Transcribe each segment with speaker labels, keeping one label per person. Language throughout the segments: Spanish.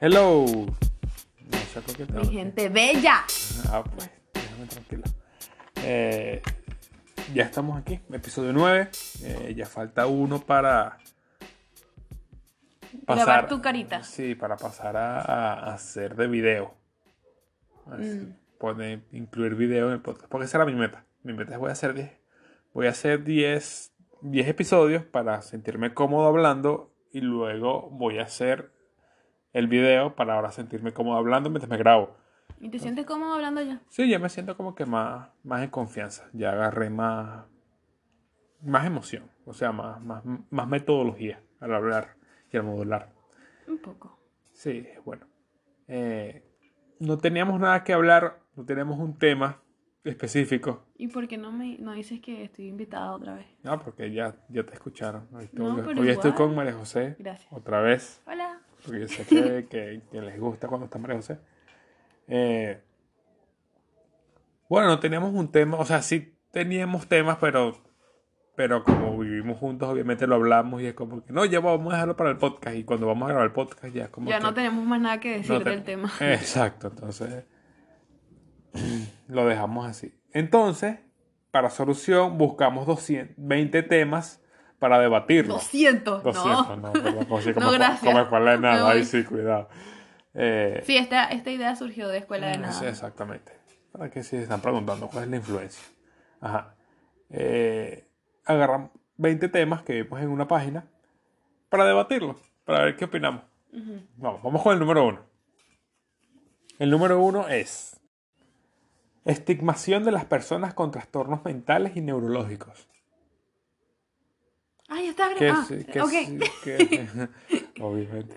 Speaker 1: Hello. No sé por qué te
Speaker 2: Mi
Speaker 1: hablo.
Speaker 2: gente bella.
Speaker 1: Ah, pues, déjame tranquilo. Eh, ya estamos aquí, episodio 9. Eh, ya falta uno para.
Speaker 2: Grabar tu carita.
Speaker 1: Sí, para pasar a, a hacer de video. Así,
Speaker 2: Mm.
Speaker 1: pone- incluir video en el podcast. Porque esa era mi meta. Mi meta es voy a hacer 10. Voy a hacer 10, 10 episodios para sentirme cómodo hablando. Y luego voy a hacer el video para ahora sentirme cómodo hablando mientras me grabo.
Speaker 2: ¿Y te sientes cómodo hablando ya?
Speaker 1: Sí, ya me siento como que más, más en confianza. Ya agarré más, más emoción, o sea, más, más, más metodología al hablar y al modular.
Speaker 2: Un poco.
Speaker 1: Sí, bueno. Eh, no teníamos nada que hablar, no teníamos un tema específico.
Speaker 2: ¿Y por qué no me no dices que estoy invitada otra vez?
Speaker 1: No, porque ya, ya te escucharon. Hoy, tengo
Speaker 2: No,
Speaker 1: que-
Speaker 2: pero
Speaker 1: hoy estoy
Speaker 2: igual.
Speaker 1: con María José
Speaker 2: Gracias.
Speaker 1: otra vez.
Speaker 2: Hola.
Speaker 1: Porque yo sé que, que- que les gusta cuando está María José. Eh, bueno, no teníamos un tema, o sea, sí teníamos temas, pero, pero como vivimos juntos, obviamente lo hablamos y es como que no, ya vamos a dejarlo para el podcast. Y cuando vamos a grabar el podcast, ya es como
Speaker 2: Ya
Speaker 1: que
Speaker 2: no tenemos más nada que decir
Speaker 1: no te-
Speaker 2: del tema.
Speaker 1: Exacto, entonces lo dejamos así. Entonces, para solución, buscamos 220 temas para debatirlos.
Speaker 2: 200.
Speaker 1: 200,
Speaker 2: no.
Speaker 1: no, perdón, como si
Speaker 2: No,
Speaker 1: como, escu-
Speaker 2: gracias.
Speaker 1: como escuela de
Speaker 2: Me
Speaker 1: nada,
Speaker 2: voy.
Speaker 1: ahí sí, cuidado. Eh,
Speaker 2: Sí, esta, esta idea surgió de escuela de
Speaker 1: no
Speaker 2: nada.
Speaker 1: sé exactamente. Para que si se están preguntando cuál es la influencia. Ajá. Eh, agarramos 20 temas que vimos en una página para debatirlos, para ver qué opinamos.
Speaker 2: Ujú.
Speaker 1: Vamos, vamos con el número uno. El número uno es estigmación de las personas con trastornos mentales y neurológicos.
Speaker 2: Ah, ya está
Speaker 1: Que
Speaker 2: grabado.
Speaker 1: sí, que
Speaker 2: ok.
Speaker 1: sí, que- obviamente.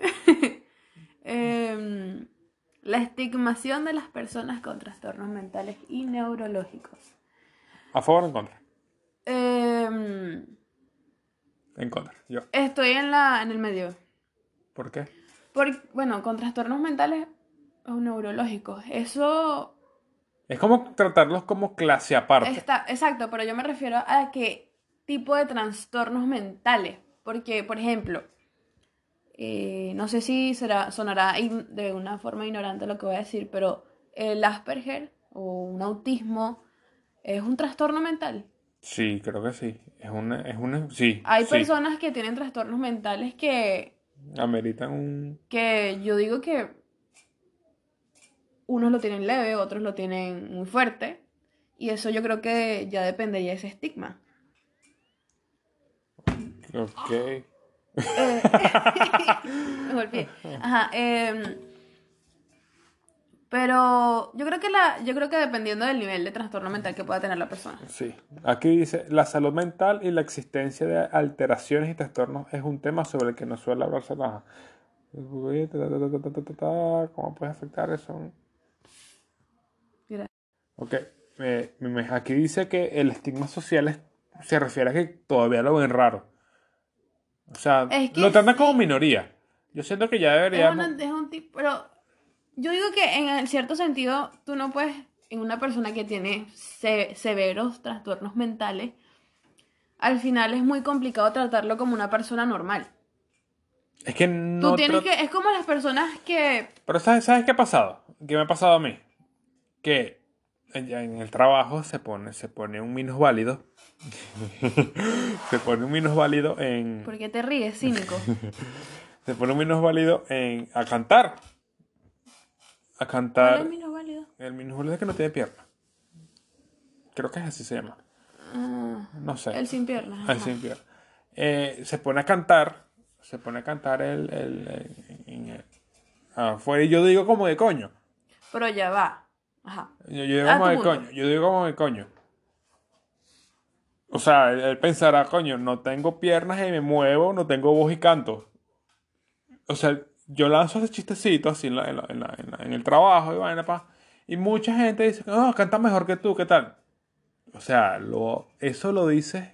Speaker 2: Em, la estigmación de las personas con trastornos mentales y neurológicos.
Speaker 1: ¿A favor o en contra?
Speaker 2: Em,
Speaker 1: En contra. Yo.
Speaker 2: estoy en, la, en el medio.
Speaker 1: ¿Por qué?
Speaker 2: Por- bueno, con trastornos mentales o neurológicos. Eso
Speaker 1: Es como tratarlos como clase aparte.
Speaker 2: Está, exacto, pero yo me refiero a qué tipo de trastornos mentales. Porque, por ejemplo, eh, no sé si será, sonará in- de una forma ignorante lo que voy a decir, pero el Asperger o un autismo es un trastorno mental.
Speaker 1: Sí, creo que sí. Es una, es una, sí,
Speaker 2: Hay
Speaker 1: sí.
Speaker 2: personas que tienen trastornos mentales que,
Speaker 1: Ameritan un,
Speaker 2: que yo digo que unos lo tienen leve, otros lo tienen muy fuerte. Y eso yo creo que ya dependería de ese estigma.
Speaker 1: ok.
Speaker 2: Eh, me golpeé. Ajá. em, pero yo creo que la, yo creo que dependiendo del nivel de trastorno mental que pueda tener la persona.
Speaker 1: Sí. Aquí dice, la salud mental y la existencia de alteraciones y trastornos es un tema sobre el que no suele hablarse nada. Uy, ta, ta, ta, ta, ta, ta, ta, ta, ¿Cómo puede afectar eso?
Speaker 2: Mira,
Speaker 1: Ok. eh, me- aquí dice que el estigma social es- se refiere a que todavía lo ven raro. O sea,
Speaker 2: Es que
Speaker 1: lo tratan
Speaker 2: sí.
Speaker 1: como minoría. Yo siento que ya
Speaker 2: Es,
Speaker 1: deberíamos...
Speaker 2: una- es un tipo, pero yo digo que en el cierto sentido tú no puedes, en una persona que tiene se- severos trastornos mentales, al final es muy complicado tratarlo como una persona normal.
Speaker 1: Es que
Speaker 2: Tú
Speaker 1: no...
Speaker 2: tienes
Speaker 1: tra-
Speaker 2: que, es como las personas que
Speaker 1: Pero ¿sabes, ¿sabes qué ha pasado? ¿Qué me ha pasado a mí? Que en en el trabajo se pone, se pone un minusválido. se pone un minusválido en.
Speaker 2: ¿Por qué te ríes, cínico?
Speaker 1: Se pone un minusválido en. a cantar. A
Speaker 2: ¿Cuál
Speaker 1: cantar.
Speaker 2: es menos válido?
Speaker 1: El minusválido que no tiene pierna. Creo que es así se llama.
Speaker 2: Ah,
Speaker 1: No sé.
Speaker 2: el sin piernas.
Speaker 1: Al
Speaker 2: ajá.
Speaker 1: simple. Eh, se pone a cantar, se pone a cantar el, el- el- en- en- afuera y yo digo como de coño.
Speaker 2: Pero ya va. Ajá.
Speaker 1: Yo, yo digo
Speaker 2: Ah,
Speaker 1: como
Speaker 2: tu
Speaker 1: de
Speaker 2: punto.
Speaker 1: coño, yo digo como de coño. O sea, él, él pensará, coño, no tengo piernas y me muevo, no tengo voz y canto. O sea, yo lanzo ese chistecito así en, la- en la- en la- en la- en el trabajo y vaina, pa. Y mucha gente dice, no, canta mejor que tú, ¿qué tal? O sea, lo, eso lo dices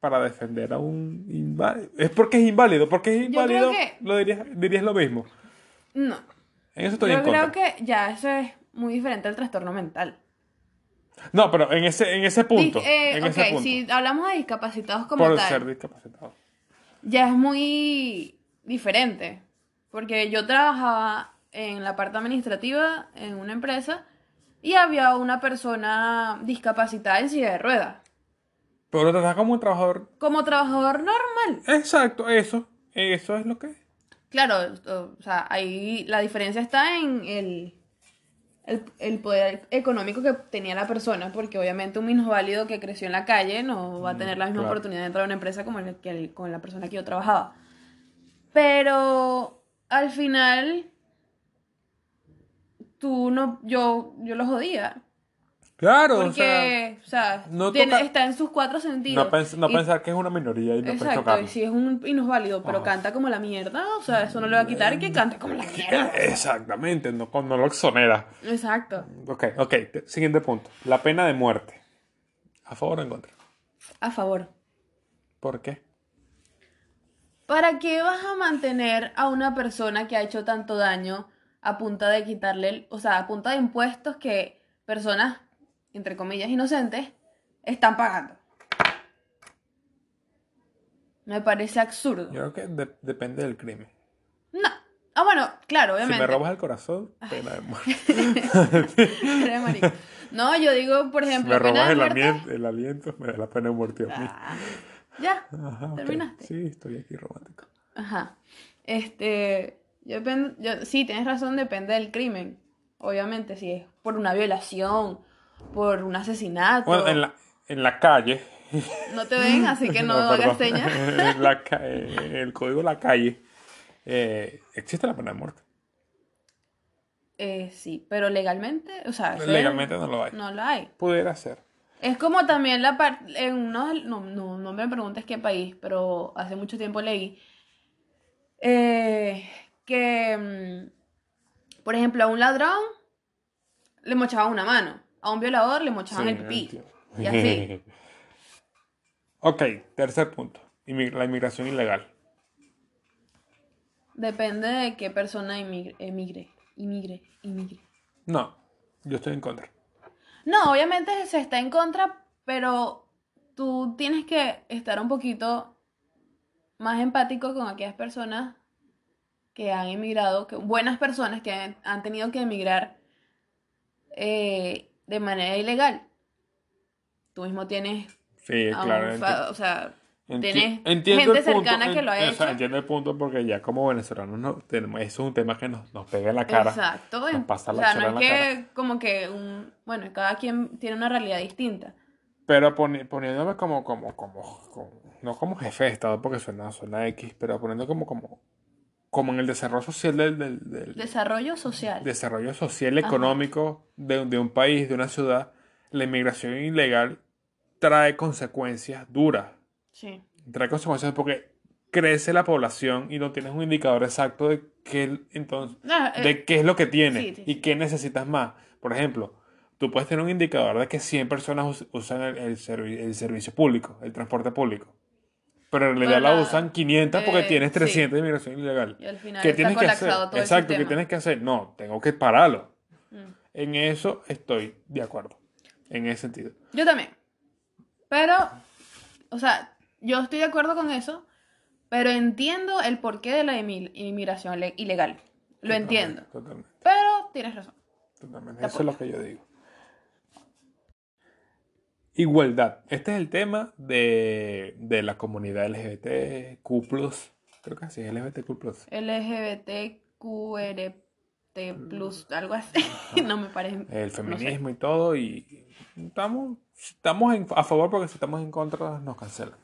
Speaker 1: para defender a un inválido. Es porque es inválido, porque es
Speaker 2: Yo creo
Speaker 1: inválido.
Speaker 2: que-
Speaker 1: Lo dirías, dirías lo mismo.
Speaker 2: No.
Speaker 1: En eso
Speaker 2: Yo
Speaker 1: estoy en
Speaker 2: creo
Speaker 1: contra.
Speaker 2: que ya eso es muy diferente al trastorno mental.
Speaker 1: No, pero en ese, en ese punto.
Speaker 2: Dis- eh,
Speaker 1: en
Speaker 2: ok,
Speaker 1: ese punto.
Speaker 2: si hablamos de discapacitados como
Speaker 1: por
Speaker 2: tal,
Speaker 1: ser discapacitado.
Speaker 2: ya es muy diferente. Porque yo trabajaba en la parte administrativa en una empresa y había una persona discapacitada en silla de ruedas.
Speaker 1: Pero lo tratas como un trabajador.
Speaker 2: Como trabajador normal.
Speaker 1: Exacto, eso. Eso es lo que es.
Speaker 2: Claro, o, o sea, ahí la diferencia está en el, el, el poder económico que tenía la persona, porque obviamente un minusválido que creció en la calle no va a tener la misma
Speaker 1: Mm, claro.
Speaker 2: oportunidad de entrar a una empresa como el, que el- con la persona que yo trabajaba. Pero al final, tú no, yo, yo lo jodía.
Speaker 1: Claro, o sea,
Speaker 2: Porque, o sea,
Speaker 1: no
Speaker 2: tiene-
Speaker 1: toca-
Speaker 2: está en sus cuatro sentidos.
Speaker 1: no, pens- no
Speaker 2: Y-
Speaker 1: pensar que es una minoría y no puedes
Speaker 2: Exacto,
Speaker 1: tocarlo.
Speaker 2: y si es un inusválido, pero
Speaker 1: Ajá. Mm.
Speaker 2: canta como la mierda, o sea, eso no le va a quitar que cante como la mierda.
Speaker 1: Exactamente, no, con- no lo exonera.
Speaker 2: Exacto.
Speaker 1: Ok, ok, te- siguiente punto. La pena de muerte. ¿A favor o en contra?
Speaker 2: A favor.
Speaker 1: ¿Por qué?
Speaker 2: ¿Para qué vas a mantener a una persona que ha hecho tanto daño a punta de quitarle, el- o sea, a punta de impuestos que personas, entre comillas, inocentes, están pagando? Me parece absurdo.
Speaker 1: Yo creo que de- depende del crimen.
Speaker 2: No. Ah, bueno, claro,
Speaker 1: Si
Speaker 2: obviamente. Ah.
Speaker 1: me robas el corazón, pena de muerte.
Speaker 2: Era marica. No, yo digo, por
Speaker 1: Si
Speaker 2: ejemplo,
Speaker 1: me
Speaker 2: pena
Speaker 1: robas
Speaker 2: de
Speaker 1: el,
Speaker 2: muerte.
Speaker 1: aliento, el aliento, me da la pena de muerte a mí.
Speaker 2: Ah, ya.
Speaker 1: Ajá, ok.
Speaker 2: Ah, ¿terminaste?
Speaker 1: Sí, estoy aquí romántico.
Speaker 2: Ajá. Este, yo, pen- yo- sí, tienes razón, depende del crimen. Obviamente, si es por una violación, por un asesinato,
Speaker 1: Bueno, en la, en la calle.
Speaker 2: no te ven, así que no hagas
Speaker 1: perdón.
Speaker 2: señas.
Speaker 1: En la ca- en el código de la calle eh, existe la pena de muerte.
Speaker 2: Eh, sí, pero legalmente, o sea, eso es-
Speaker 1: Legalmente no lo hay.
Speaker 2: ¿Ah, no lo hay.
Speaker 1: Pudiera ser.
Speaker 2: Es como también la parte, en uno, no, no, no me preguntes qué país, pero hace mucho tiempo leí eh, que, mm, por ejemplo, a un ladrón le mochaban una mano, a un violador le mochaban
Speaker 1: Sí,
Speaker 2: el pipí,
Speaker 1: entiendo.
Speaker 2: y así.
Speaker 1: ok, tercer punto. Inmi- La inmigración ilegal.
Speaker 2: Depende de qué persona emigre, emigre, emigre, emigre.
Speaker 1: No, yo estoy en contra.
Speaker 2: No, obviamente se está en contra, pero tú tienes que estar un poquito más empático con aquellas personas que han emigrado, que, buenas personas que han, han tenido que emigrar eh, de manera ilegal. Tú mismo tienes
Speaker 1: Sí,
Speaker 2: a un
Speaker 1: claro.
Speaker 2: fa-
Speaker 1: enti-
Speaker 2: o sea,
Speaker 1: enti-
Speaker 2: tienes
Speaker 1: entiendo
Speaker 2: gente
Speaker 1: el punto,
Speaker 2: cercana que
Speaker 1: en-
Speaker 2: lo ha
Speaker 1: o sea,
Speaker 2: hecho.
Speaker 1: entiendo el punto porque ya como venezolanos no, tenemos, eso es un tema que nos, nos pega en la cara.
Speaker 2: Exacto,
Speaker 1: Nos
Speaker 2: en-
Speaker 1: pasa
Speaker 2: o
Speaker 1: la
Speaker 2: sea,
Speaker 1: chela
Speaker 2: no
Speaker 1: en
Speaker 2: es
Speaker 1: la
Speaker 2: que como que un, bueno, cada quien tiene una realidad distinta.
Speaker 1: Pero poni- poniéndome como, como, como, como- no como jefe de Estado porque suena, suena X, pero poniendo como, como, como en el desarrollo social del, del- del-
Speaker 2: Desarrollo social.
Speaker 1: desarrollo social,
Speaker 2: Ajá.
Speaker 1: económico de, de un país, de una ciudad, la inmigración ilegal trae consecuencias duras.
Speaker 2: Sí.
Speaker 1: Trae consecuencias porque crece la población y no tienes un indicador exacto de qué, entonces,
Speaker 2: Ah, eh,
Speaker 1: de qué es lo que tienes
Speaker 2: sí, sí,
Speaker 1: y
Speaker 2: sí.
Speaker 1: qué necesitas más. Por ejemplo, tú puedes tener un indicador de que 100 personas us- usan el, el servi- el servicio público, el transporte público. Pero en realidad
Speaker 2: Pero
Speaker 1: la
Speaker 2: la-
Speaker 1: usan 500 porque
Speaker 2: eh,
Speaker 1: tienes
Speaker 2: sí.
Speaker 1: 300 de inmigración ilegal.
Speaker 2: Y al final
Speaker 1: ¿Qué
Speaker 2: está
Speaker 1: tienes que hacer?
Speaker 2: colapsado todo el
Speaker 1: Exacto, ¿qué
Speaker 2: sistema.
Speaker 1: tienes que hacer? No, tengo que pararlo.
Speaker 2: Mm.
Speaker 1: En eso estoy de acuerdo. En ese sentido.
Speaker 2: Yo también. Pero, o sea, yo estoy de acuerdo con eso, pero entiendo el porqué de la emi- inmigración le- ilegal. Lo
Speaker 1: Totalmente,
Speaker 2: entiendo.
Speaker 1: Totalmente.
Speaker 2: Pero tienes razón.
Speaker 1: totalmente.
Speaker 2: Te
Speaker 1: Eso es lo que yo digo. Igualdad. Este es el tema de, de la comunidad LGBTQ+. Creo que así es LGBTQ+.
Speaker 2: LGBTQRT+, plus, algo así. No me parece.
Speaker 1: Mm. El
Speaker 2: no sé.
Speaker 1: feminismo y todo. Y estamos, estamos en- a favor porque si estamos en contra nos cancelan.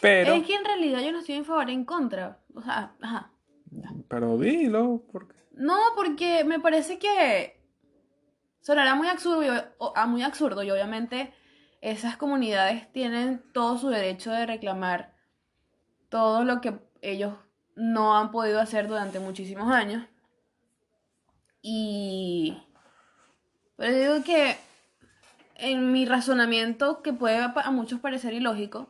Speaker 1: Pero,
Speaker 2: Es que en realidad yo no estoy en favor, en contra. O sea, ajá.
Speaker 1: pero dilo. Porque...
Speaker 2: No, porque me parece que sonará muy absurdo, y o- o- ah, muy absurdo y obviamente esas comunidades tienen todo su derecho de reclamar todo lo que ellos no han podido hacer durante muchísimos años. Y... Pero yo digo que en mi razonamiento, que puede a a muchos parecer ilógico,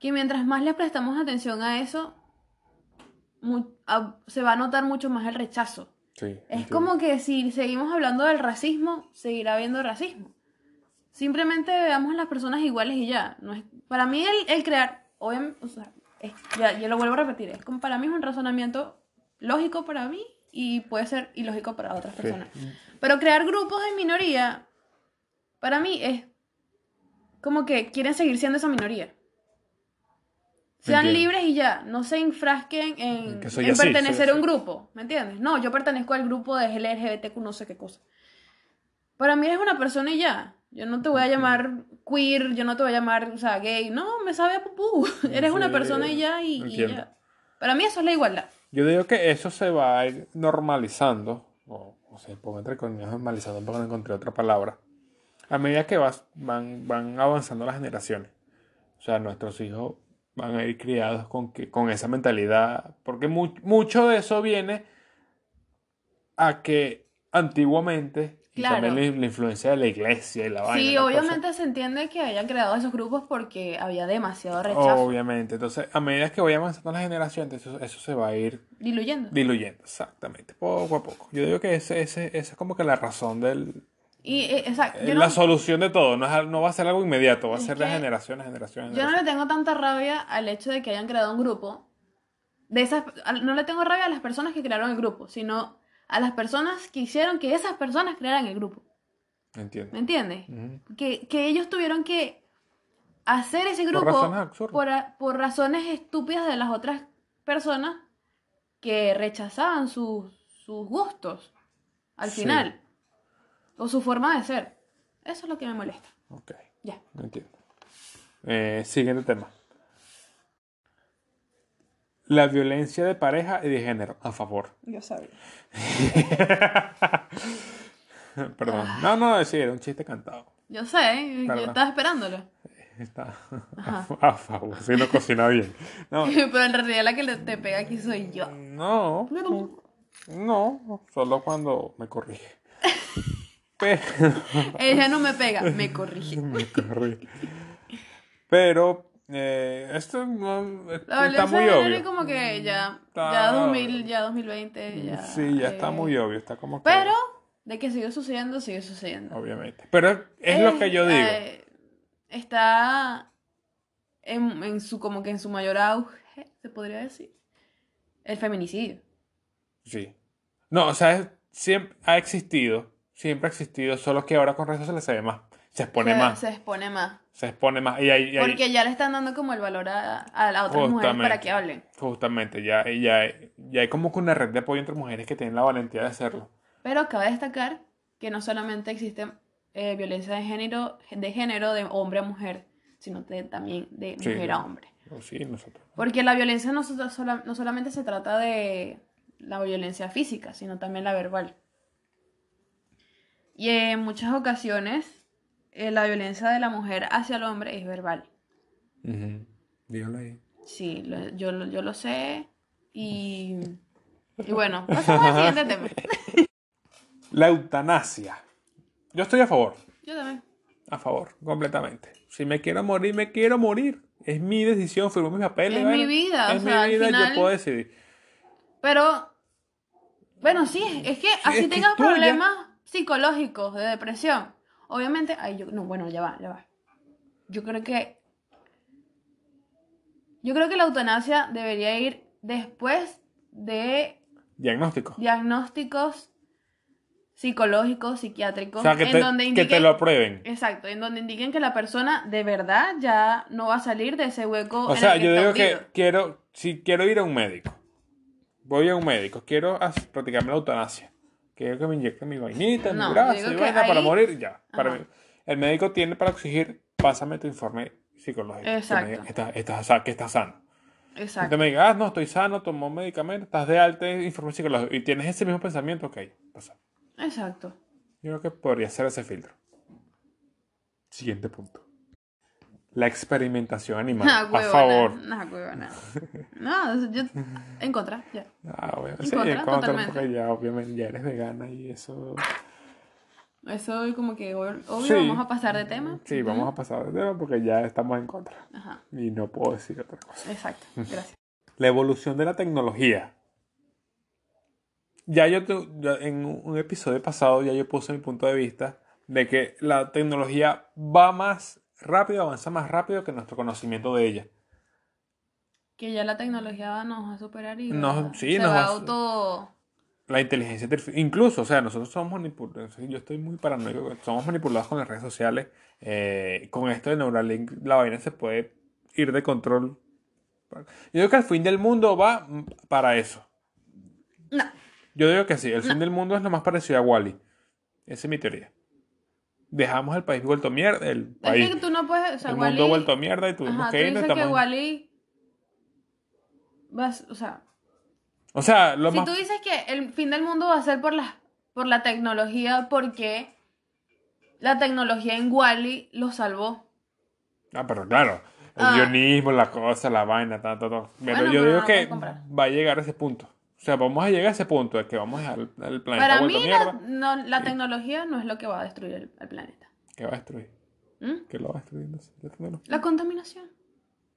Speaker 2: que mientras más le prestamos atención a eso, mu- a- se va a notar mucho más el rechazo.
Speaker 1: Sí,
Speaker 2: Es
Speaker 1: entiendo.
Speaker 2: como que si seguimos hablando del racismo, seguirá habiendo racismo. Simplemente veamos a las personas iguales y ya. No es, para mí el, el crear, obviamente, o sea, es- ya, ya lo vuelvo a repetir, es como para mí es un razonamiento lógico para mí y puede ser ilógico para otras personas. Pero crear grupos de minoría, para mí es como que quieren seguir siendo esa minoría. Sean
Speaker 1: Entiendo.
Speaker 2: libres y ya, no se infrasquen en,
Speaker 1: Que soy
Speaker 2: en
Speaker 1: así, soy
Speaker 2: pertenecer a un
Speaker 1: así.
Speaker 2: grupo, ¿me entiendes? No, yo pertenezco al grupo de LGBTQ, no sé qué cosa. Para mí eres una persona y ya. Yo no te voy a llamar queer, yo no te voy a llamar, o sea, gay. No, me sabe a pupú. Eres
Speaker 1: Sí,
Speaker 2: una persona y ya, y, y
Speaker 1: entiendo.
Speaker 2: ya. Para mí eso es la igualdad.
Speaker 1: Yo digo que eso se va a ir normalizando, o, o sea, pongo entre comillas normalizando porque no encontré otra palabra, a medida que vas, van, van avanzando las generaciones. O sea, nuestros hijos van a ir criados con, que, con esa mentalidad, porque mu- mucho de eso viene a que antiguamente, y
Speaker 2: Claro.
Speaker 1: también la, la influencia de la iglesia y la vaina.
Speaker 2: sí,
Speaker 1: la cosa,
Speaker 2: obviamente se entiende que hayan creado esos grupos porque había demasiado rechazo
Speaker 1: Obviamente, entonces a medida que voy avanzando las generaciones, eso, eso se va a ir
Speaker 2: diluyendo.
Speaker 1: diluyendo, exactamente, poco a poco. Yo digo que ese, ese, esa es como que la razón del...
Speaker 2: y eh, exacto, yo,
Speaker 1: la
Speaker 2: no,
Speaker 1: solución de todo, no, es al- no va a ser algo inmediato, va a
Speaker 2: Es
Speaker 1: ser de
Speaker 2: que
Speaker 1: generación a generación. a
Speaker 2: yo no
Speaker 1: generación.
Speaker 2: le tengo tanta rabia al hecho de que hayan creado un grupo. De esas, al- no le tengo rabia a las personas que crearon el grupo, sino a las personas que hicieron que esas personas crearan el grupo.
Speaker 1: Entiendo. Mm,
Speaker 2: ¿Me entiendes?
Speaker 1: Ujú.
Speaker 2: que, que ellos tuvieron que hacer ese
Speaker 1: Por
Speaker 2: grupo
Speaker 1: razones absurdas.
Speaker 2: por, a- por razones estúpidas de las otras personas que rechazaban sus, sus gustos al
Speaker 1: Sí.
Speaker 2: final o su forma de ser. Eso es lo que me molesta.
Speaker 1: Ok,
Speaker 2: Ya.
Speaker 1: entiendo. Eh, siguiente tema. La violencia de pareja y de género, a favor.
Speaker 2: Yo sabía.
Speaker 1: Perdón.
Speaker 2: Ah.
Speaker 1: No, no, sí, era un chiste cantado.
Speaker 2: Yo sé, ¿eh? yo
Speaker 1: Perdón.
Speaker 2: estaba esperándolo.
Speaker 1: Está a favor, si no cocina bien. No,
Speaker 2: Pero en realidad la que le- te pega aquí soy yo.
Speaker 1: No, pues, no, solo cuando me corrige. Pero,
Speaker 2: Ella no me pega, me corrige.
Speaker 1: me corrige. Pero, eh, esto no- eh,
Speaker 2: La
Speaker 1: está muy
Speaker 2: violencia de género
Speaker 1: obvio.
Speaker 2: es como que ya,
Speaker 1: Está-
Speaker 2: ya, 2000, ya 2020, ya.
Speaker 1: sí, ya está
Speaker 2: eh,
Speaker 1: muy obvio, está como que,
Speaker 2: Pero de que sigue sucediendo, sigue sucediendo.
Speaker 1: obviamente. Pero es, es lo que yo digo.
Speaker 2: eh, está en, en su como que en su mayor auge, se podría decir. El feminicidio.
Speaker 1: Sí. No, o sea, es- siempre ha existido, siempre ha existido, solo que ahora con redes sociales se ve más, se expone
Speaker 2: se,
Speaker 1: más,
Speaker 2: se expone más.
Speaker 1: se expone más. Y ahí, y ahí-
Speaker 2: Porque ya le están dando como el valor a, a las otras mujeres para
Speaker 1: Justamente.
Speaker 2: que hablen.
Speaker 1: Justamente, ya, ya, ya hay como que una red de apoyo entre mujeres que tienen la valentía de hacerlo.
Speaker 2: Pero cabe destacar que no solamente existe eh, violencia de género, de género de hombre a mujer, sino de- también de
Speaker 1: Sí.
Speaker 2: mujer a hombre.
Speaker 1: Oh, Sí, nosotros.
Speaker 2: Porque la violencia no, so- sola- no solamente se trata de la violencia física, sino también la verbal. Y en muchas ocasiones eh, la violencia de la mujer hacia el hombre es verbal.
Speaker 1: Dígalo ahí.
Speaker 2: Sí, lo- yo, lo- yo lo sé. Y, y bueno, pasamos al siguiente tema.
Speaker 1: La eutanasia. Yo estoy a favor,
Speaker 2: Yo también.
Speaker 1: a favor, completamente. Si me quiero morir, me quiero morir. Es mi decisión, firmo mis papeles.
Speaker 2: Es
Speaker 1: ¿vale?
Speaker 2: mi vida, o
Speaker 1: es mi
Speaker 2: sea, al
Speaker 1: vida,
Speaker 2: final-
Speaker 1: yo puedo decidir.
Speaker 2: Pero, bueno, sí, es- es que así
Speaker 1: es que
Speaker 2: tengas
Speaker 1: es tuya.
Speaker 2: problemas psicológicos de depresión. Obviamente, ay, yo, no, bueno, ya va, ya va. Yo creo que, yo creo que la eutanasia debería ir después de
Speaker 1: Diagnóstico.
Speaker 2: diagnósticos psicológicos, psiquiátricos,
Speaker 1: o sea, que
Speaker 2: en
Speaker 1: te,
Speaker 2: donde
Speaker 1: que
Speaker 2: indiquen,
Speaker 1: te lo aprueben.
Speaker 2: exacto, en donde indiquen que la persona de verdad ya no va a salir de ese hueco. en
Speaker 1: O
Speaker 2: el
Speaker 1: sea,
Speaker 2: que
Speaker 1: yo
Speaker 2: está
Speaker 1: digo que
Speaker 2: hundido.
Speaker 1: quiero, si quiero ir a un médico, voy a un médico, quiero as- practicarme la eutanasia, quiero que me inyecten mi vainita,
Speaker 2: No,
Speaker 1: mi brazo,
Speaker 2: digo
Speaker 1: y
Speaker 2: que
Speaker 1: vaina para
Speaker 2: ahí-
Speaker 1: morir, ya. Para
Speaker 2: Ajá.
Speaker 1: mí. El médico tiene para exigir, pásame tu informe psicológico. que me
Speaker 2: Exacto.
Speaker 1: diga que estás, estás sa- que estás sano. Y
Speaker 2: Exacto.
Speaker 1: te me digas, ah, no, estoy sano, tomó medicamento, estás de alta, informe psicológico. Y tienes ese mismo pensamiento, ok, pasa.
Speaker 2: Exacto.
Speaker 1: Yo creo que podría ser ese filtro. Siguiente punto. La experimentación animal.
Speaker 2: Nah,
Speaker 1: a
Speaker 2: Ah, huevona,
Speaker 1: favor.
Speaker 2: nah, huevona. No, yo en contra, ya.
Speaker 1: Ah, bueno,
Speaker 2: En
Speaker 1: sí,
Speaker 2: contra,
Speaker 1: en contra,
Speaker 2: totalmente.
Speaker 1: porque ya obviamente ya eres vegana y eso.
Speaker 2: Eso es como que ob- obvio
Speaker 1: Sí.
Speaker 2: vamos a pasar de tema.
Speaker 1: Sí, vamos a pasar de tema porque ya estamos en contra.
Speaker 2: Ajá,
Speaker 1: Y no puedo decir otra cosa.
Speaker 2: exacto, gracias.
Speaker 1: La evolución de la tecnología. Ya yo tu- ya en un episodio pasado ya yo puse mi punto de vista de que la tecnología va más rápido, avanza más rápido que nuestro conocimiento de ella.
Speaker 2: Que ya la tecnología va- nos va a superar y
Speaker 1: Nos-
Speaker 2: va-
Speaker 1: sí,
Speaker 2: se
Speaker 1: nos
Speaker 2: va
Speaker 1: va
Speaker 2: a
Speaker 1: a-
Speaker 2: auto...
Speaker 1: la inteligencia artificial, incluso, o sea, nosotros somos manipulados, yo estoy muy paranoico, somos manipulados con las redes sociales, eh, con esto de Neuralink, la vaina se puede ir de control. Yo digo que el fin del mundo va para eso.
Speaker 2: No.
Speaker 1: Yo digo que sí, el fin del mundo es lo más parecido a Wally. Esa es mi teoría. Dejamos el país vuelto mierda, el
Speaker 2: Es
Speaker 1: país,
Speaker 2: que tú no puedes. O sea,
Speaker 1: el
Speaker 2: Wally-
Speaker 1: mundo vuelto mierda y tuvimos
Speaker 2: Ajá, tú
Speaker 1: que irnos.
Speaker 2: dices que
Speaker 1: estamos-
Speaker 2: Wally. Vas, o sea,
Speaker 1: O sea, lo
Speaker 2: si
Speaker 1: más...
Speaker 2: tú dices que el fin del mundo va a ser por la, por la tecnología, porque la tecnología en Wally lo salvó.
Speaker 1: Ah, pero claro. El
Speaker 2: Ah.
Speaker 1: guionismo, la cosa, la vaina, tal, tal, tal. Pero
Speaker 2: Bueno,
Speaker 1: yo
Speaker 2: pero
Speaker 1: digo
Speaker 2: no
Speaker 1: que
Speaker 2: puedes comprar.
Speaker 1: va a llegar a ese punto. O sea, vamos a llegar a ese punto de que vamos a dejar el- el planeta
Speaker 2: Para
Speaker 1: vuelto
Speaker 2: mí, la,
Speaker 1: mierda.
Speaker 2: no, la tecnología no es lo que va a destruir el, el planeta.
Speaker 1: Que va a destruir.
Speaker 2: ¿Mm?
Speaker 1: Que lo va a destruir. no sé, la tecnología.
Speaker 2: La contaminación.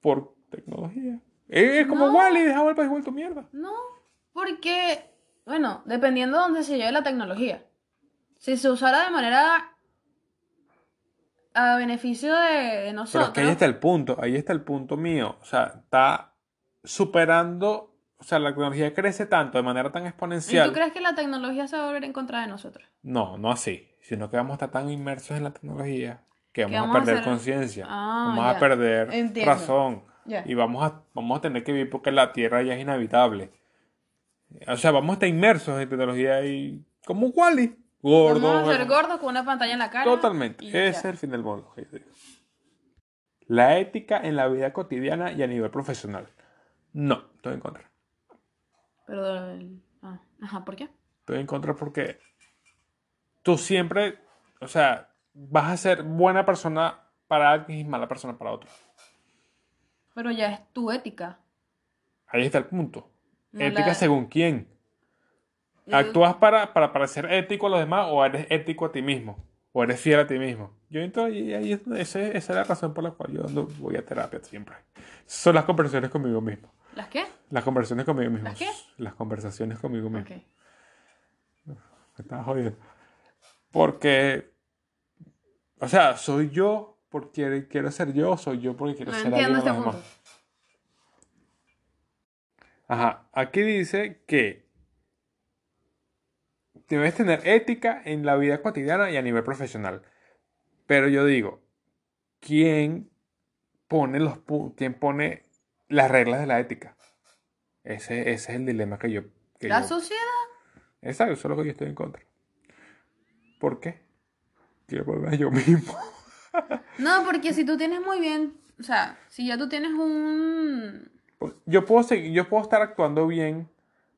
Speaker 1: Por tecnología. Eh, Es como
Speaker 2: No.
Speaker 1: Wally, dejamos el país vuelto mierda.
Speaker 2: No, porque, bueno, dependiendo de dónde se lleve la tecnología. Si se usara de manera a beneficio de, de
Speaker 1: Pero
Speaker 2: nosotros.
Speaker 1: es que ahí está el punto, ahí está el punto mío. O sea, está superando. O sea, la tecnología crece tanto de manera tan
Speaker 2: ¿Y
Speaker 1: exponencial.
Speaker 2: tú crees que la tecnología se va a volver en contra de nosotros?
Speaker 1: No, no así, sino que vamos a estar tan inmersos en la tecnología que vamos,
Speaker 2: vamos a
Speaker 1: a perder
Speaker 2: hacer-
Speaker 1: conciencia,
Speaker 2: Ah,
Speaker 1: vamos
Speaker 2: ya.
Speaker 1: a perder
Speaker 2: Entiendo.
Speaker 1: razón
Speaker 2: Ya.
Speaker 1: y vamos a, vamos a tener que vivir porque la Tierra ya es inhabitable. O sea, vamos a estar inmersos en tecnología y como un Wally, gordo.
Speaker 2: Vamos a ser
Speaker 1: gordo.
Speaker 2: gordos con una pantalla en la cara.
Speaker 1: Totalmente,
Speaker 2: y
Speaker 1: ese
Speaker 2: ya.
Speaker 1: es el fin del mundo. que yo digo. La ética en la vida cotidiana y a nivel profesional. No, estoy en contra.
Speaker 2: Pero, el- ah, ajá, ¿por qué?
Speaker 1: Estoy en contra porque tú siempre, o sea, vas a ser buena persona para alguien y mala persona para otro.
Speaker 2: Pero ya es tu ética.
Speaker 1: Ahí está el punto.
Speaker 2: No
Speaker 1: Ética
Speaker 2: la-
Speaker 1: según quién.
Speaker 2: Yo digo-
Speaker 1: ¿Actúas para, para parecer ético a los demás o eres ético a ti mismo? ¿O eres fiel a ti mismo? Yo entonces, y ahí es donde- ese- esa es la razón por la cual yo no voy a terapia siempre. Son las conversaciones conmigo mismo.
Speaker 2: ¿Las qué?
Speaker 1: Las conversaciones conmigo mismo.
Speaker 2: ¿Las qué?
Speaker 1: Las conversaciones conmigo mismo.
Speaker 2: Ok.
Speaker 1: Me estaba jodiendo. Porque, o sea, soy yo porque quiero ser yo, soy yo porque quiero
Speaker 2: No
Speaker 1: ser alguien a
Speaker 2: entiendo
Speaker 1: los
Speaker 2: este
Speaker 1: demás.
Speaker 2: punto.
Speaker 1: Ajá, aquí dice que debes tener ética en la vida cotidiana y a nivel profesional. Pero yo digo, ¿quién pone los pu- quién pone las reglas de la ética? Ese, ese es el dilema que yo que
Speaker 2: La
Speaker 1: yo-
Speaker 2: sociedad.
Speaker 1: Exacto, eso es lo que yo estoy en contra. ¿Por qué? Quiero volver a yo mismo.
Speaker 2: No, porque si tú tienes muy bien. O sea, si ya tú tienes un.
Speaker 1: Yo puedo seguir, yo puedo estar actuando bien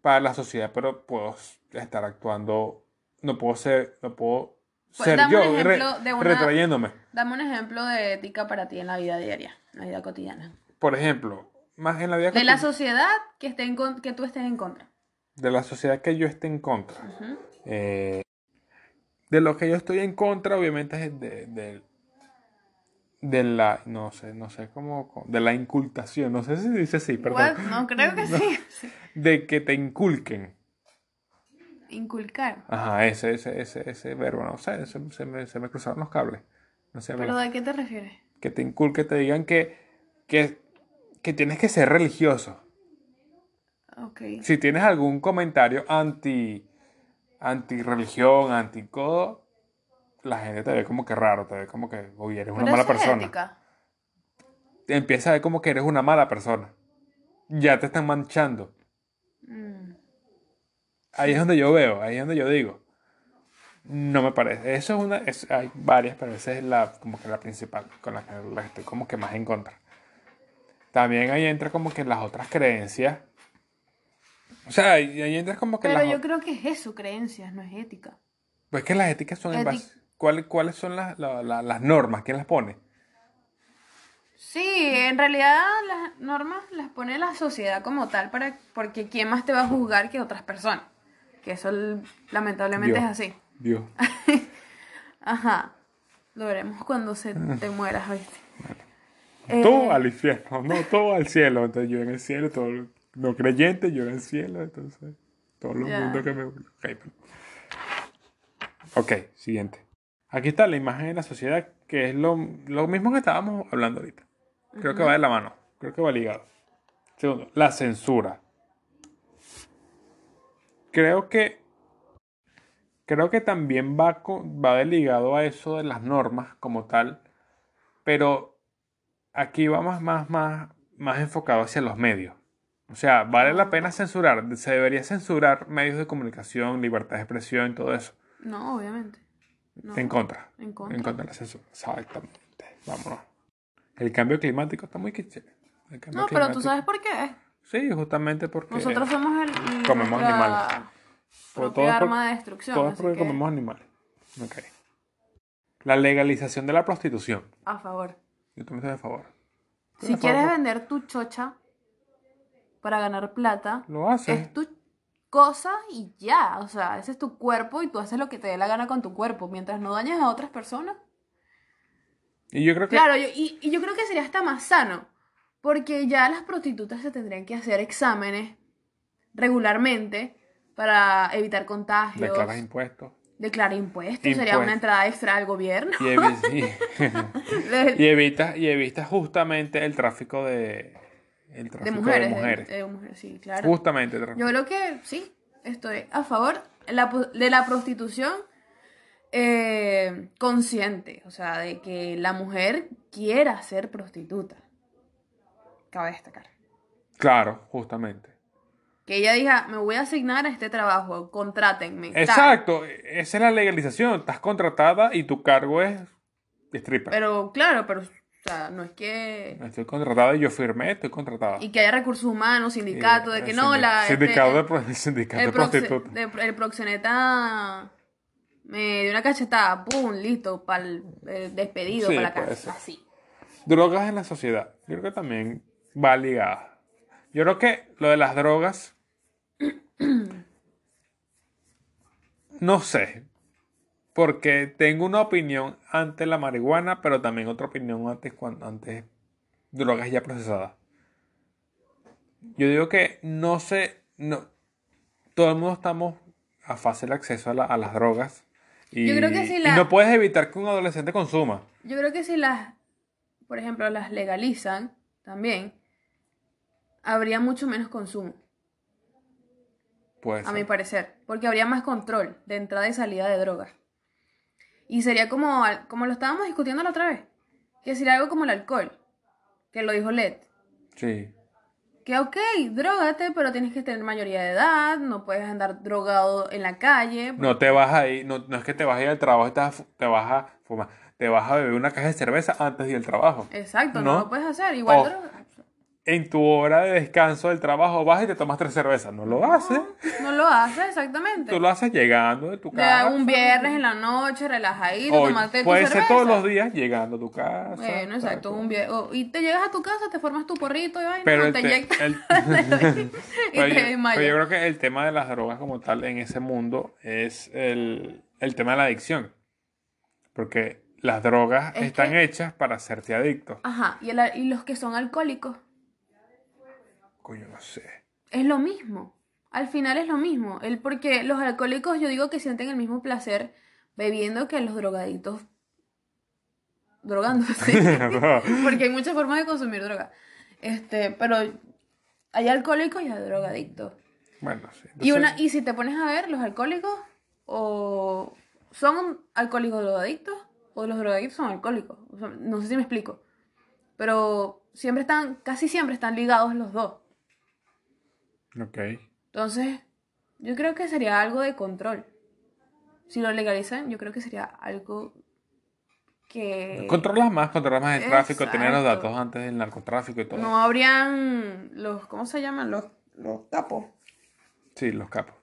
Speaker 1: para la sociedad, pero puedo estar actuando, no puedo ser, no puedo
Speaker 2: Pues,
Speaker 1: ser
Speaker 2: dame
Speaker 1: yo,
Speaker 2: un ejemplo
Speaker 1: re-
Speaker 2: de una-
Speaker 1: retrayéndome.
Speaker 2: Dame un ejemplo de ética para ti en la vida diaria, en la vida cotidiana.
Speaker 1: Por ejemplo, más en la vida
Speaker 2: De la
Speaker 1: cotidiana-
Speaker 2: sociedad que, esté en con- que tú estés en contra.
Speaker 1: de la sociedad que yo esté en contra.
Speaker 2: Ujú.
Speaker 1: Eh, de lo que yo estoy en contra, obviamente, es de, de- de la, no sé, no sé cómo, de la incultación, no sé si se dice así, perdón,
Speaker 2: What? No, creo que sí. Sí.
Speaker 1: de que te inculquen.
Speaker 2: Inculcar.
Speaker 1: Ajá, ese, ese, ese, ese verbo, no sé, se, se me, se me cruzaron los cables. No sé,
Speaker 2: ¿Pero
Speaker 1: me-
Speaker 2: de qué te refieres?
Speaker 1: que te inculque, te digan que, que, que tienes que ser religioso.
Speaker 2: Ok.
Speaker 1: Si tienes algún comentario anti, anti religión, anti codo, la gente te ve como que raro, te ve como que, uy, eres una
Speaker 2: Pero
Speaker 1: mala
Speaker 2: eso es
Speaker 1: persona.
Speaker 2: ética.
Speaker 1: Te empieza a ver como que eres una mala persona. Ya te están manchando.
Speaker 2: Mm.
Speaker 1: Ahí es donde yo veo, ahí es donde yo digo. No me parece. Eso es una. es- hay varias, pero esa es la, como que la principal, con la que la que estoy como que más en contra. También ahí entra como que las otras creencias. O sea, ahí ahí entra como que
Speaker 2: Pero
Speaker 1: las
Speaker 2: yo
Speaker 1: ot-
Speaker 2: creo que es eso, creencias, no es ética.
Speaker 1: Pues que las éticas son en
Speaker 2: Eti-
Speaker 1: base. ¿Cuáles, cuáles son las, la- la- las normas? ¿Quién las pone?
Speaker 2: Sí, en realidad las normas las pone la sociedad como tal, para, porque ¿quién más te va a juzgar que otras personas? Que eso l- lamentablemente
Speaker 1: Dios.
Speaker 2: es así.
Speaker 1: Dios.
Speaker 2: Ah, Ajá. Lo veremos cuando se te mueras, ¿viste? eh.
Speaker 1: Todo Mm. al infierno, no, todo al cielo. Entonces yo en el cielo, todo no creyente, yo en el cielo, entonces todo el
Speaker 2: Ya.
Speaker 1: mundo que me... Ok, pero- Ok, siguiente. Aquí está la imagen de la sociedad, que es lo, lo mismo que estábamos hablando ahorita. Creo que va de la mano, creo que va ligado. Segundo, la censura. Creo que Creo que también va, co- va de ligado a eso de las normas como tal, pero aquí va más, más, más, más enfocado hacia los medios. O sea, vale la pena censurar, se debería censurar medios de comunicación, libertad de expresión, todo eso.
Speaker 2: No, obviamente. No,
Speaker 1: En contra.
Speaker 2: en contra.
Speaker 1: En contra de la censura. Exactamente. Vámonos. El cambio climático está muy cliché. El cambio
Speaker 2: No, pero
Speaker 1: climático-
Speaker 2: tú sabes por qué. ¿eh?
Speaker 1: Sí, justamente porque.
Speaker 2: Nosotros somos el.
Speaker 1: comemos
Speaker 2: nuestra
Speaker 1: animales.
Speaker 2: propia
Speaker 1: Sobre todo por-
Speaker 2: arma de destrucción.
Speaker 1: Todos
Speaker 2: así
Speaker 1: porque
Speaker 2: que,
Speaker 1: comemos animales. Ok. La legalización de la prostitución.
Speaker 2: A favor.
Speaker 1: Yo también estoy a favor. Estoy
Speaker 2: Si
Speaker 1: a favor.
Speaker 2: quieres vender tu chocha para ganar plata,
Speaker 1: Lo haces.
Speaker 2: es tu cosa y ya. O sea, ese es tu cuerpo y tú haces lo que te dé la gana con tu cuerpo. Mientras no dañes a otras personas.
Speaker 1: Y yo creo que.
Speaker 2: Claro, yo- y, y yo creo que sería hasta más sano. Porque ya las prostitutas se tendrían que hacer exámenes regularmente para evitar contagios.
Speaker 1: Declaras impuestos.
Speaker 2: Declarar impuestos. Sería una
Speaker 1: Impuestos.
Speaker 2: entrada extra al gobierno.
Speaker 1: Y, evi- y evitas, y evitas justamente el tráfico de. El tráfico
Speaker 2: de mujeres.
Speaker 1: De
Speaker 2: De
Speaker 1: mujeres.
Speaker 2: de- de mujeres, sí, claro.
Speaker 1: Justamente el tráfico.
Speaker 2: Yo creo que sí, estoy a favor la pu- de la prostitución eh, consciente, o sea, de que la mujer quiera ser prostituta. Cabe destacar.
Speaker 1: Claro, justamente.
Speaker 2: Que ella diga, me voy a asignar a este trabajo, contrátenme. tal".
Speaker 1: Exacto, esa es la legalización. Estás contratada y tu cargo es stripper.
Speaker 2: Pero claro, pero o sea, no es que...
Speaker 1: Estoy contratada y yo firmé, estoy contratada.
Speaker 2: Y que haya recursos humanos, sindicato, de
Speaker 1: Eh,
Speaker 2: que
Speaker 1: el
Speaker 2: no,
Speaker 1: sindi-
Speaker 2: la... este,
Speaker 1: Sindicato de, pro- sindicato
Speaker 2: el,
Speaker 1: de
Speaker 2: proxe-
Speaker 1: prostitutas.
Speaker 2: de- el proxeneta me dio una cachetada, pum, listo, para el, despedido,
Speaker 1: Sí,
Speaker 2: para la
Speaker 1: puede
Speaker 2: casa.
Speaker 1: ser.
Speaker 2: Así.
Speaker 1: Drogas en la sociedad. Yo creo que también va ligada. Yo creo que lo de las drogas. No sé. Porque tengo una opinión ante la marihuana, pero también otra opinión antes, cuando, antes drogas ya procesadas. Yo digo que no sé. No, todo el mundo estamos a fácil acceso a, la- a las drogas. Y,
Speaker 2: Yo creo que si
Speaker 1: y
Speaker 2: la-
Speaker 1: no puedes evitar que un adolescente consuma.
Speaker 2: Yo creo que si las, por ejemplo, las legalizan también, habría mucho menos consumo,
Speaker 1: Puede
Speaker 2: a
Speaker 1: ser.
Speaker 2: mi parecer, porque habría más control de entrada y salida de drogas. Y sería como, al- como lo estábamos discutiendo la otra vez, que sería algo como el alcohol, que lo dijo Led,
Speaker 1: Sí.
Speaker 2: que ok, drogate, pero tienes que tener mayoría de edad, no puedes andar drogado en la calle,
Speaker 1: No te vas a ir, no, no es que te vas a ir al trabajo, y te vas a, fu- te vas a fumar, te vas a beber una caja de cerveza antes de ir al trabajo.
Speaker 2: exacto, no,
Speaker 1: No. Oh.
Speaker 2: lo puedes hacer, igual
Speaker 1: O-
Speaker 2: droga-
Speaker 1: En tu hora de descanso del trabajo vas y te tomas tres cervezas. No lo haces.
Speaker 2: no lo haces exactamente.
Speaker 1: Tú lo haces llegando de tu
Speaker 2: De
Speaker 1: casa.
Speaker 2: un viernes en la noche, relajadito,
Speaker 1: O
Speaker 2: tomarte tu
Speaker 1: puede ser todos
Speaker 2: cerveza.
Speaker 1: los días llegando a tu casa.
Speaker 2: Bueno, exacto,
Speaker 1: tal,
Speaker 2: un viernes. y te llegas a tu casa, te formas tu porrito y vaina,
Speaker 1: Pero, este
Speaker 2: o
Speaker 1: el
Speaker 2: te
Speaker 1: te-
Speaker 2: inyectas
Speaker 1: el-
Speaker 2: y
Speaker 1: pero yo,
Speaker 2: te
Speaker 1: pero yo
Speaker 2: desmayas.
Speaker 1: creo que el tema de las drogas como tal en ese mundo es el, el tema de la adicción. Porque las drogas
Speaker 2: Es
Speaker 1: están
Speaker 2: que-
Speaker 1: hechas para hacerte adicto.
Speaker 2: Ajá, y, el- y los que son alcohólicos,
Speaker 1: Coño, no sé.
Speaker 2: es lo mismo. Al final es lo mismo. El, porque los alcohólicos yo digo que sienten el mismo placer bebiendo que los drogadictos drogándose. porque hay muchas formas de consumir droga. Este, pero hay alcohólicos y hay drogadictos.
Speaker 1: Bueno, sí.
Speaker 2: Y, una,
Speaker 1: Entonces,
Speaker 2: y si te pones a ver, los alcohólicos o son alcohólicos drogadictos o los drogadictos son alcohólicos. O sea, no sé si me explico. Pero siempre están, casi siempre están ligados los dos.
Speaker 1: Ok.
Speaker 2: Eh, Entonces, yo creo que sería algo de control. Si lo legalizan, yo creo que sería algo que
Speaker 1: Controlas más, controlas más el tráfico, tener los
Speaker 2: Exacto.
Speaker 1: datos antes del narcotráfico y todo.
Speaker 2: no habrían los, ¿cómo se llaman? Los, los capos.
Speaker 1: Sí, los capos.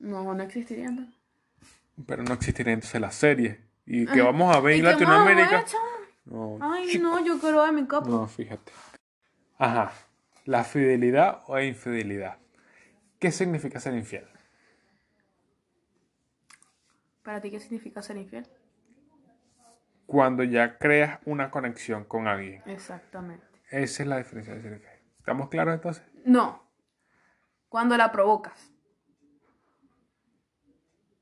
Speaker 2: No, no existirían. ¿no?
Speaker 1: Pero no existirían entonces las series. ¿Y que
Speaker 2: Ay,
Speaker 1: vamos a ver
Speaker 2: ¿y
Speaker 1: en
Speaker 2: qué más vamos a ver, Ah,
Speaker 1: Latinoamérica?
Speaker 2: chamo?
Speaker 1: No,
Speaker 2: Ay,
Speaker 1: chico,
Speaker 2: no, yo quiero ver mi capo.
Speaker 1: no, fíjate. Ajá. La fidelidad o infidelidad. ¿Qué significa ser infiel?
Speaker 2: ¿Para ti qué significa ser infiel?
Speaker 1: Cuando ya creas una conexión con alguien.
Speaker 2: Exactamente.
Speaker 1: Esa es la diferencia de ser infiel. ¿Estamos claros entonces?
Speaker 2: No. Cuando la provocas.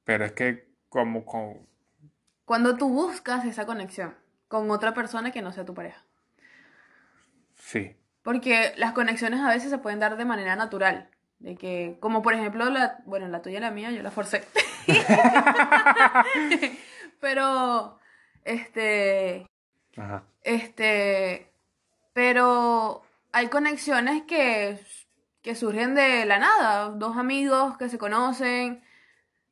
Speaker 1: Pero es que como, como
Speaker 2: Cuando tú buscas esa conexión con otra persona que no sea tu pareja.
Speaker 1: sí.
Speaker 2: Porque las conexiones a veces se pueden dar de manera natural. De que, como por ejemplo, la, bueno, la tuya y la mía, yo la forcé. Pero, este,
Speaker 1: Ajá.
Speaker 2: este, pero hay conexiones que, que surgen de la nada. Dos amigos que se conocen,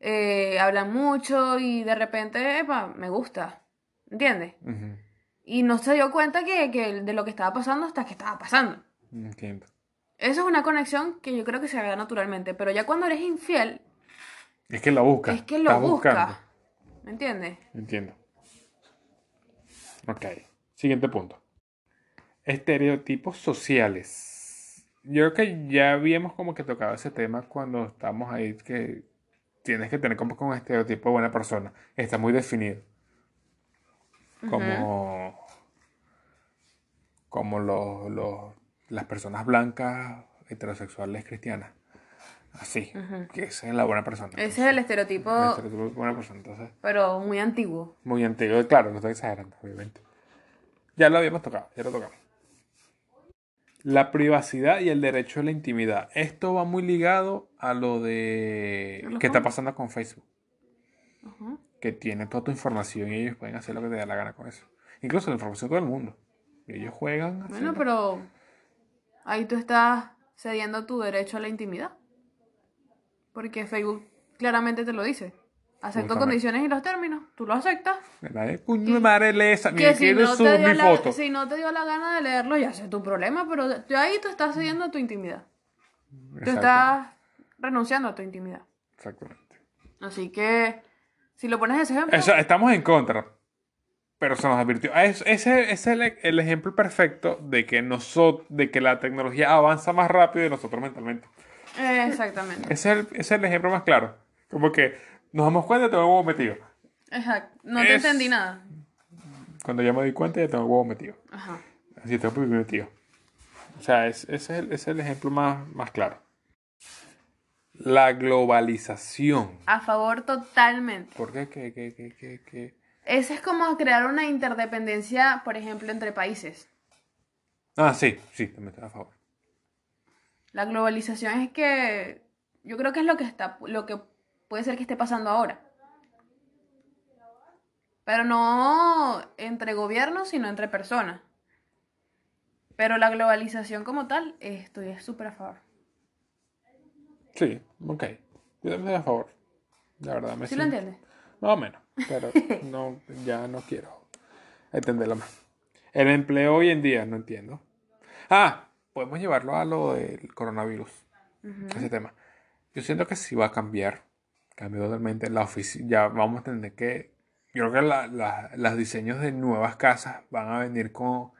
Speaker 2: eh, hablan mucho y de repente, epa, me gusta. ¿Entiendes?
Speaker 1: Ujú.
Speaker 2: Y no se dio cuenta que, que de lo que estaba pasando hasta que estaba pasando.
Speaker 1: Entiendo.
Speaker 2: Eso es una conexión que yo creo que se da naturalmente. Pero ya cuando eres infiel,
Speaker 1: Es que la busca.
Speaker 2: es que lo
Speaker 1: Estás
Speaker 2: buscas.
Speaker 1: buscando.
Speaker 2: ¿Me entiendes?
Speaker 1: Entiendo. Ok. Siguiente punto. Estereotipos sociales. Yo creo que ya habíamos como que tocado ese tema cuando estamos ahí, que tienes que tener como que un estereotipo de buena persona. Está muy definido. Como, como los, los- las personas blancas, heterosexuales, cristianas. Así, que esa es la buena persona.
Speaker 2: Ese es el estereotipo,
Speaker 1: El estereotipo de buena persona. Entonces,
Speaker 2: pero muy antiguo.
Speaker 1: muy antiguo, claro, no estoy exagerando, obviamente. Ya lo habíamos tocado, ya lo tocamos. La privacidad y el derecho a la intimidad. Esto va muy ligado a lo de
Speaker 2: Los
Speaker 1: que está
Speaker 2: hombres.
Speaker 1: pasando con Facebook,
Speaker 2: Ajá.
Speaker 1: que tiene toda tu información y ellos pueden hacer lo que te dé la gana con eso. Incluso la información de todo el mundo. Y ellos juegan. así,
Speaker 2: Bueno,
Speaker 1: ¿no?
Speaker 2: pero ahí tú estás cediendo tu derecho a la intimidad. Porque Facebook claramente te lo dice. Acepto
Speaker 1: Justamente.
Speaker 2: condiciones y los términos. Tú lo aceptas.
Speaker 1: Nadie, coño de madre, lee esa. Mira,
Speaker 2: Que si
Speaker 1: quiero
Speaker 2: no,
Speaker 1: subir
Speaker 2: te dio
Speaker 1: mi
Speaker 2: la,
Speaker 1: foto.
Speaker 2: si no te dio la gana de leerlo, ya sé tu problema, pero de- de ahí tú estás cediendo tu intimidad. Tú
Speaker 1: Exacto,
Speaker 2: estás renunciando a tu intimidad.
Speaker 1: Exactamente.
Speaker 2: Así que, si lo pones ese ejemplo,
Speaker 1: Eso, estamos en contra. Pero se nos advirtió. Ah, es- Ese, ese es el, el ejemplo perfecto de que, nosotros, de que la tecnología avanza más rápido de nosotros mentalmente.
Speaker 2: eh, exactamente.
Speaker 1: Ese es el, ese es el ejemplo más claro. Como que nos damos cuenta y tengo el huevo metido.
Speaker 2: Exacto. No te
Speaker 1: Es-
Speaker 2: entendí nada.
Speaker 1: Cuando ya me doy cuenta, ya tengo el huevo metido.
Speaker 2: Ajá.
Speaker 1: Así tengo el huevo metido. O sea, es- ese es el, ese es el ejemplo más, más claro. La globalización.
Speaker 2: A favor totalmente.
Speaker 1: ¿Por qué? ¿Qué, qué, qué, qué, qué?
Speaker 2: Ese es como crear una interdependencia, por ejemplo, entre países.
Speaker 1: Ah, sí, sí, también estoy a favor.
Speaker 2: La globalización es que yo creo que es lo que está lo que puede ser que esté pasando ahora. Pero no entre gobiernos, sino entre personas. Pero la globalización como tal, eh, estoy súper a favor.
Speaker 1: Sí, ok. Yo también estoy a favor. La verdad, me
Speaker 2: ¿Sí lo
Speaker 1: siento-
Speaker 2: entiendes?
Speaker 1: Más o menos, pero no, ya no quiero entenderlo más. El empleo hoy en día, no entiendo. Ah, podemos llevarlo a lo del coronavirus, ese tema. Yo siento que sí va a cambiar, cambió totalmente la oficina, ya vamos a tener que, yo creo que la- la- los diseños de nuevas casas van a venir con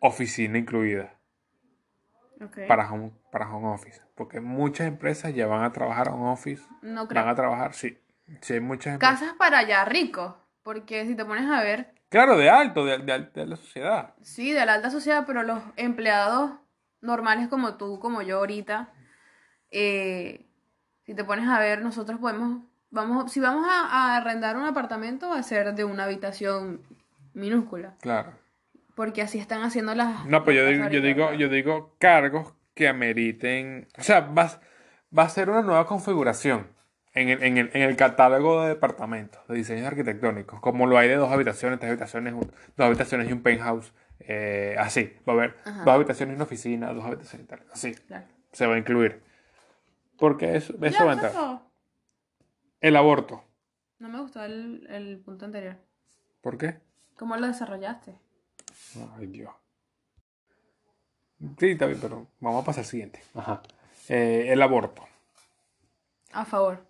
Speaker 1: oficina incluida
Speaker 2: Okay.
Speaker 1: para home, para home office, porque muchas empresas ya van a trabajar home office,
Speaker 2: No creo.
Speaker 1: van a trabajar, sí, sí hay muchas empresas.
Speaker 2: Casas para allá ricos, porque si te pones a ver,
Speaker 1: Claro, de alto, de, de, de la sociedad.
Speaker 2: Sí, de la alta sociedad, pero los empleados normales como tú, como yo ahorita, eh, si te pones a ver, nosotros podemos, vamos, si vamos a, a arrendar un apartamento, va a ser de una habitación minúscula,
Speaker 1: Claro.
Speaker 2: porque así están haciendo las...
Speaker 1: No, pues yo
Speaker 2: las
Speaker 1: digo, yo
Speaker 2: ahorita,
Speaker 1: digo,
Speaker 2: ¿verdad?
Speaker 1: yo digo cargos que ameriten. O sea, va, a- va a ser una nueva configuración en el, en el, en el catálogo de departamentos, de diseños arquitectónicos, como lo hay de dos habitaciones, tres habitaciones, un- dos habitaciones y un penthouse. eh, así, va a haber
Speaker 2: Ajá.
Speaker 1: dos habitaciones y una oficina, dos habitaciones y tal. Así,
Speaker 2: Claro.
Speaker 1: se va a incluir. Porque eso, eso
Speaker 2: Ya,
Speaker 1: va a
Speaker 2: eso es
Speaker 1: entrar.
Speaker 2: todo.
Speaker 1: El aborto.
Speaker 2: No me gustó el, el punto anterior.
Speaker 1: ¿Por qué?
Speaker 2: ¿Cómo lo desarrollaste?
Speaker 1: Ay, Dios. Sí, está bien, pero vamos a pasar al siguiente. Ajá. Eh, el aborto.
Speaker 2: A favor.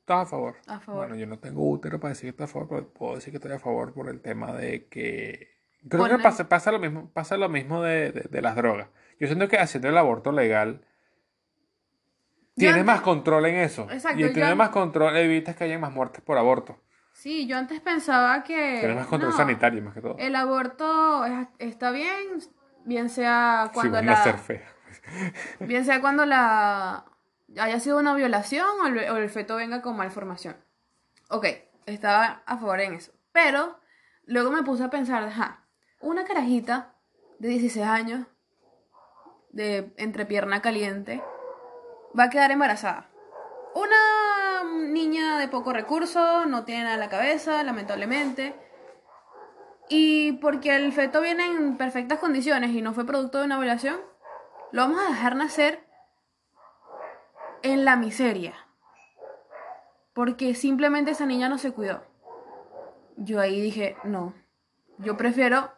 Speaker 1: ¿Estás a favor?
Speaker 2: A favor.
Speaker 1: Bueno, yo no tengo útero para decir que estoy a favor, pero puedo decir que estoy a favor por el tema de que... Creo
Speaker 2: Ponen-
Speaker 1: que pasa, pasa lo mismo, pasa lo mismo de, de- de las drogas. Yo siento que haciendo el aborto legal tienes
Speaker 2: antes-
Speaker 1: más control en eso.
Speaker 2: Exacto,
Speaker 1: y
Speaker 2: yo
Speaker 1: al tener
Speaker 2: an-
Speaker 1: más control evitas que haya más muertes por aborto.
Speaker 2: Sí, yo antes pensaba que...
Speaker 1: Tienes más control
Speaker 2: Eh, no. Eh,
Speaker 1: sanitario más que todo.
Speaker 2: El aborto es- está bien, bien sea
Speaker 1: si
Speaker 2: cuando
Speaker 1: van a
Speaker 2: la
Speaker 1: ser feas.
Speaker 2: bien sea cuando la haya sido una violación o el, o el feto venga con malformación. Ok, estaba a favor en eso, pero luego me puse a pensar, ajá, una carajita de 16 años de entrepierna caliente va a quedar embarazada. Una niña de poco recurso, no tiene nada en la cabeza, lamentablemente. Y porque el feto viene en perfectas condiciones y no fue producto de una violación, lo vamos a dejar nacer en la miseria. Porque simplemente esa niña no se cuidó. Yo ahí dije, no, yo prefiero,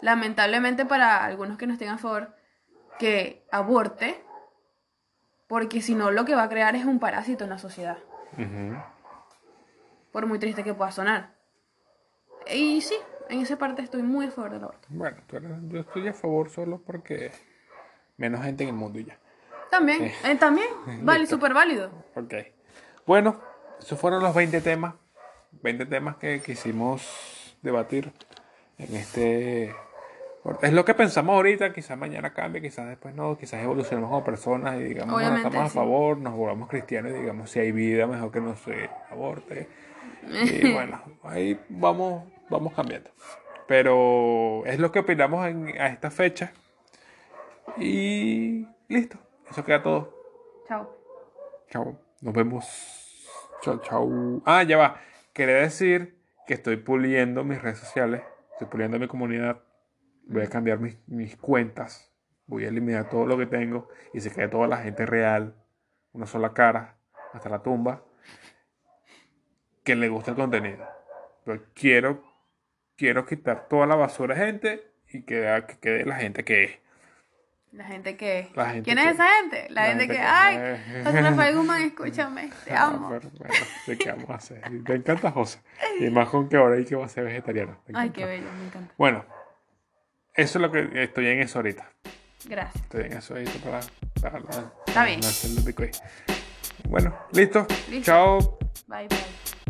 Speaker 2: lamentablemente para algunos que no estén a favor, que aborte, porque si no lo que va a crear es un parásito en la sociedad,
Speaker 1: Ujú.
Speaker 2: por muy triste que pueda sonar. Y sí, en esa parte estoy muy a favor del aborto.
Speaker 1: Bueno, tú eres- yo estoy a favor solo porque menos gente en el mundo y ya.
Speaker 2: También, eh, también, vale,
Speaker 1: listo.
Speaker 2: súper válido.
Speaker 1: Ok. Bueno, esos fueron los 20 temas. 20 temas que quisimos debatir en este. Es lo que pensamos ahorita, quizás mañana cambie, quizás después no, quizás evolucionemos como personas y digamos, bueno,
Speaker 2: Obviamente,
Speaker 1: estamos a
Speaker 2: sí.
Speaker 1: favor, nos volvamos cristianos y digamos, si hay vida, mejor que no se aborte. Y bueno, ahí vamos, vamos cambiando. Pero es lo que opinamos en- a esta fecha. Y listo, eso queda todo.
Speaker 2: Chao.
Speaker 1: Chao. Nos vemos. Chao, chao. Ah, ya va. Quería decir que estoy puliendo mis redes sociales. Estoy puliendo mi comunidad. Voy
Speaker 2: Mm.
Speaker 1: a cambiar mis, mis cuentas. Voy a eliminar todo lo que tengo. Y se quede toda la gente real. Una sola cara. Hasta la tumba. Que le guste el contenido. Pero quiero, quiero quitar toda la basura de gente. Y que, que quede la gente que es.
Speaker 2: La gente que...
Speaker 1: La gente
Speaker 2: ¿Quién
Speaker 1: que-
Speaker 2: es esa gente? La, gente, que... ¡Ay! José Rafael Guzmán, escúchame, te
Speaker 1: Ah,
Speaker 2: amo.
Speaker 1: pero bueno, ¿de qué vamos a hacer? Te encanta José. Y más con que ahora hay que va a ser vegetariano. Te
Speaker 2: Ay,
Speaker 1: encanta.
Speaker 2: qué bello, me encanta.
Speaker 1: Bueno, eso es lo que estoy en eso ahorita.
Speaker 2: Gracias.
Speaker 1: Estoy en eso ahorita para, para, para
Speaker 2: bien.
Speaker 1: hacer los bitcoins. Bueno, listo.
Speaker 2: Listo.
Speaker 1: Chao.
Speaker 2: Bye, bye.